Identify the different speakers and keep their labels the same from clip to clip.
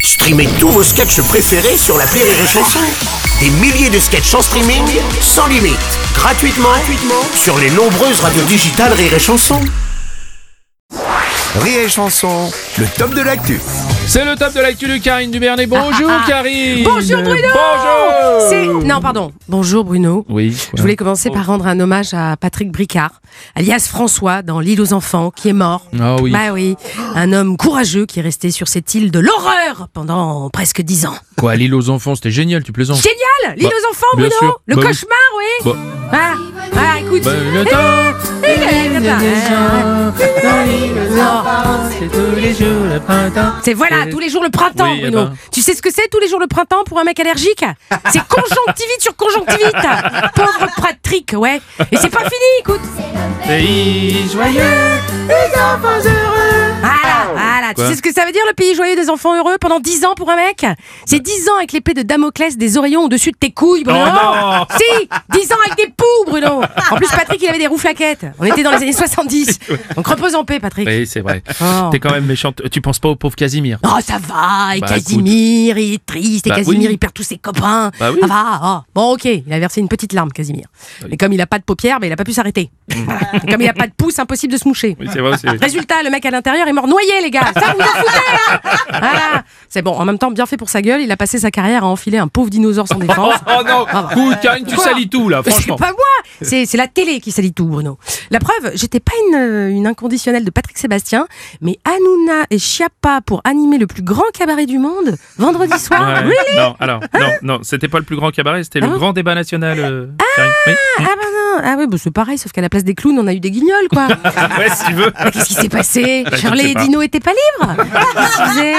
Speaker 1: Streamez tous vos sketchs préférés sur la Rire et Chanson. Des milliers de sketchs en streaming, sans limite, gratuitement, gratuitement sur les nombreuses radios digitales Rire et Chanson. Rire et Chanson, le top de l'actu.
Speaker 2: C'est le top de l'actu de Karine Dubernet. Bonjour
Speaker 3: ah, ah.
Speaker 2: Karine Euh,
Speaker 3: Bonjour Bruno
Speaker 2: Bonjour
Speaker 3: C'est- Non, pardon. Bonjour Bruno.
Speaker 2: Oui.
Speaker 3: Je voulais commencer par rendre un hommage à Patrick Bricard, alias François, dans L'île aux enfants, qui est mort.
Speaker 2: Ah oui.
Speaker 3: Bah oui, un homme courageux qui est resté sur cette île de l'horreur pendant presque dix ans.
Speaker 2: Quoi, l'île aux enfants, c'était génial, tu plaisantes
Speaker 3: Génial L'île
Speaker 2: Bah,
Speaker 3: aux enfants,
Speaker 2: bien
Speaker 3: Bruno
Speaker 2: sûr.
Speaker 3: Le
Speaker 2: Bah oui.
Speaker 3: cauchemar, oui
Speaker 2: Bah.
Speaker 3: Ah, ah, écoute
Speaker 2: Bah, le temps
Speaker 3: Eh, eh, eh, C'est voilà, tous les jours le printemps,
Speaker 2: Oui, eh
Speaker 3: Bruno.
Speaker 2: ben.
Speaker 3: Tu sais ce que c'est tous les jours le printemps pour un mec allergique C'est conjonctivite sur conjonctivite Pauvre Patrick, ouais. Et c'est pas fini, écoute
Speaker 2: Pays joyeux
Speaker 3: Ah là, ah là, tu
Speaker 2: Quoi
Speaker 3: sais ce que ça veut dire le pays joyeux des enfants heureux pendant 10 ans pour un mec C'est 10 ans avec l'épée de Damoclès des oreillons au-dessus de tes couilles, Bruno
Speaker 2: Bah. Oh non
Speaker 3: Si 10 ans avec des poux, Bruno En plus, Patrick, il avait des rouflaquettes. On était dans les années 70. Donc repose en paix, Patrick.
Speaker 2: Oui, c'est vrai.
Speaker 3: Oh.
Speaker 2: T'es quand même méchante. Tu penses pas au pauvre Casimir
Speaker 3: Oh, ça va, et
Speaker 2: Bah,
Speaker 3: Casimir, il est triste, et
Speaker 2: Bah
Speaker 3: Casimir,
Speaker 2: oui.
Speaker 3: il perd tous ses copains.
Speaker 2: Bah oui. Bah,
Speaker 3: Ça va, oh. bon, ok, il a versé une petite larme, Casimir. Mais comme il a pas de paupières, bah, il a pas pu s'arrêter.
Speaker 2: Mm.
Speaker 3: Et comme il a pas de pouce, impossible de se moucher.
Speaker 2: Oui, c'est vrai, c'est
Speaker 3: Résultat, le mec à l'intérieur est mort noyé, les gars. Ça, vous en foutez, hein Voilà. C'est bon, en même temps, bien fait pour sa gueule, il a passé sa carrière à enfiler un pauvre dinosaure sans
Speaker 2: Oh,
Speaker 3: défense.
Speaker 2: oh non Écoute, Karine, tu
Speaker 3: Ah, bah. Quoi
Speaker 2: salis tout là,
Speaker 3: Mais C'est
Speaker 2: franchement.
Speaker 3: pas moi, c'est c'est la télé qui salit tout, Bruno. La preuve, j'étais pas une, euh, une inconditionnelle de Patrick Sébastien, mais Hanouna et Chiappa pour animer le plus grand cabaret du monde vendredi soir.
Speaker 2: Ouais.
Speaker 3: Really
Speaker 2: non, alors,
Speaker 3: Hein
Speaker 2: non, non, c'était pas le plus grand cabaret, c'était
Speaker 3: Ah.
Speaker 2: le grand débat national. euh, Karine. Oui.
Speaker 3: Ah bah non, ah ouais, bah c'est pareil, sauf qu'à la place des clowns, on a eu des guignols, quoi.
Speaker 2: Ah, Ouais, si tu veux.
Speaker 3: Qu'est-ce qui s'est passé
Speaker 2: je sais
Speaker 3: Shirley et
Speaker 2: Bah, pas.
Speaker 3: Dino étaient pas libres Qu'est-ce qu'ils faisaient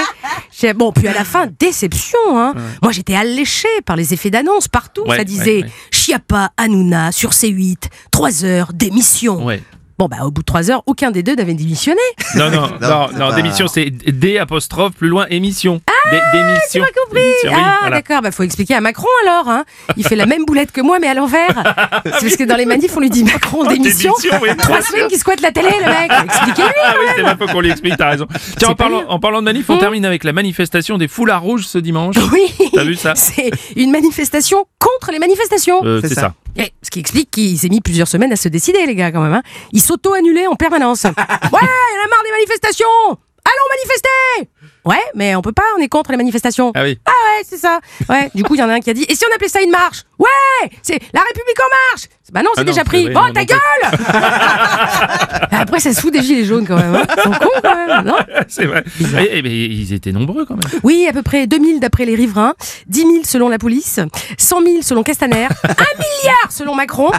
Speaker 3: J'ai- Bon, puis à la fin, déception. Hein. Moi, j'étais alléchée par les effets d'annonce partout.
Speaker 2: Ouais,
Speaker 3: ça disait
Speaker 2: ouais, ouais.
Speaker 3: Chiappa, Hanouna, sur C8, 3 heures, démission.
Speaker 2: Ouais.
Speaker 3: Bon, bah, au bout de 3 heures, aucun des deux n'avait démissionné.
Speaker 2: Non, non, non, non, démission, c'est D apostrophe, plus loin, émission. Dé- démission.
Speaker 3: Ah, pas compris.
Speaker 2: Démission, oui,
Speaker 3: ah,
Speaker 2: voilà.
Speaker 3: d'accord. Bah, faut expliquer à Macron alors. hein. Il fait la même boulette que moi, mais à l'envers. C'est parce que dans les manifs, on lui dit Macron démission. Ah,
Speaker 2: Démission, oui.
Speaker 3: Trois semaines qu'il squatte la télé, le mec.
Speaker 2: Ah
Speaker 3: Expliquez-lui.
Speaker 2: oui, c'est vrai, faut qu'on lui explique, t'as raison. Tiens, en
Speaker 3: pas Oh.
Speaker 2: parlant,
Speaker 3: bien.
Speaker 2: en parlant de manif, on termine avec la manifestation des foulards rouges ce dimanche.
Speaker 3: Oui.
Speaker 2: T'as vu ça
Speaker 3: C'est une manifestation contre les manifestations.
Speaker 2: Euh, C'est ça.
Speaker 3: Eh, ce qui explique qu'il s'est mis plusieurs semaines à se décider, les gars, quand même. Hein. Il s'auto-annulait en permanence. ouais, il y en a marre des manifestations Allons manifester Ouais, mais on peut pas, on est contre les manifestations.
Speaker 2: Ah oui.
Speaker 3: Ouais, c'est ça. Ouais, du coup, il y en a un qui a dit Et si on appelait ça une marche Ouais C'est la République en marche Bah non, c'est
Speaker 2: Ah non,
Speaker 3: déjà
Speaker 2: c'est
Speaker 3: pris.
Speaker 2: vrai,
Speaker 3: Bon,
Speaker 2: non,
Speaker 3: ta
Speaker 2: non,
Speaker 3: gueule Après, ça se fout des gilets jaunes, quand même. Hein. Ils sont cons, quand même, non
Speaker 2: C'est vrai. Eh, eh, mais ils étaient nombreux quand même.
Speaker 3: Oui, à peu près 2000 d'après les riverains, 10 000 selon la police, 100 000 selon Castaner, 1 milliard selon Macron.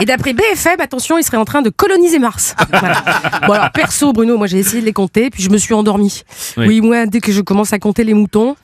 Speaker 3: Et d'après BFM, attention, ils seraient en train de coloniser Mars. Voilà. Bon alors, perso, Bruno, moi j'ai essayé de les compter, puis je me suis endormi.
Speaker 2: Oui.
Speaker 3: Oui, moi, dès que je commence à compter les moutons...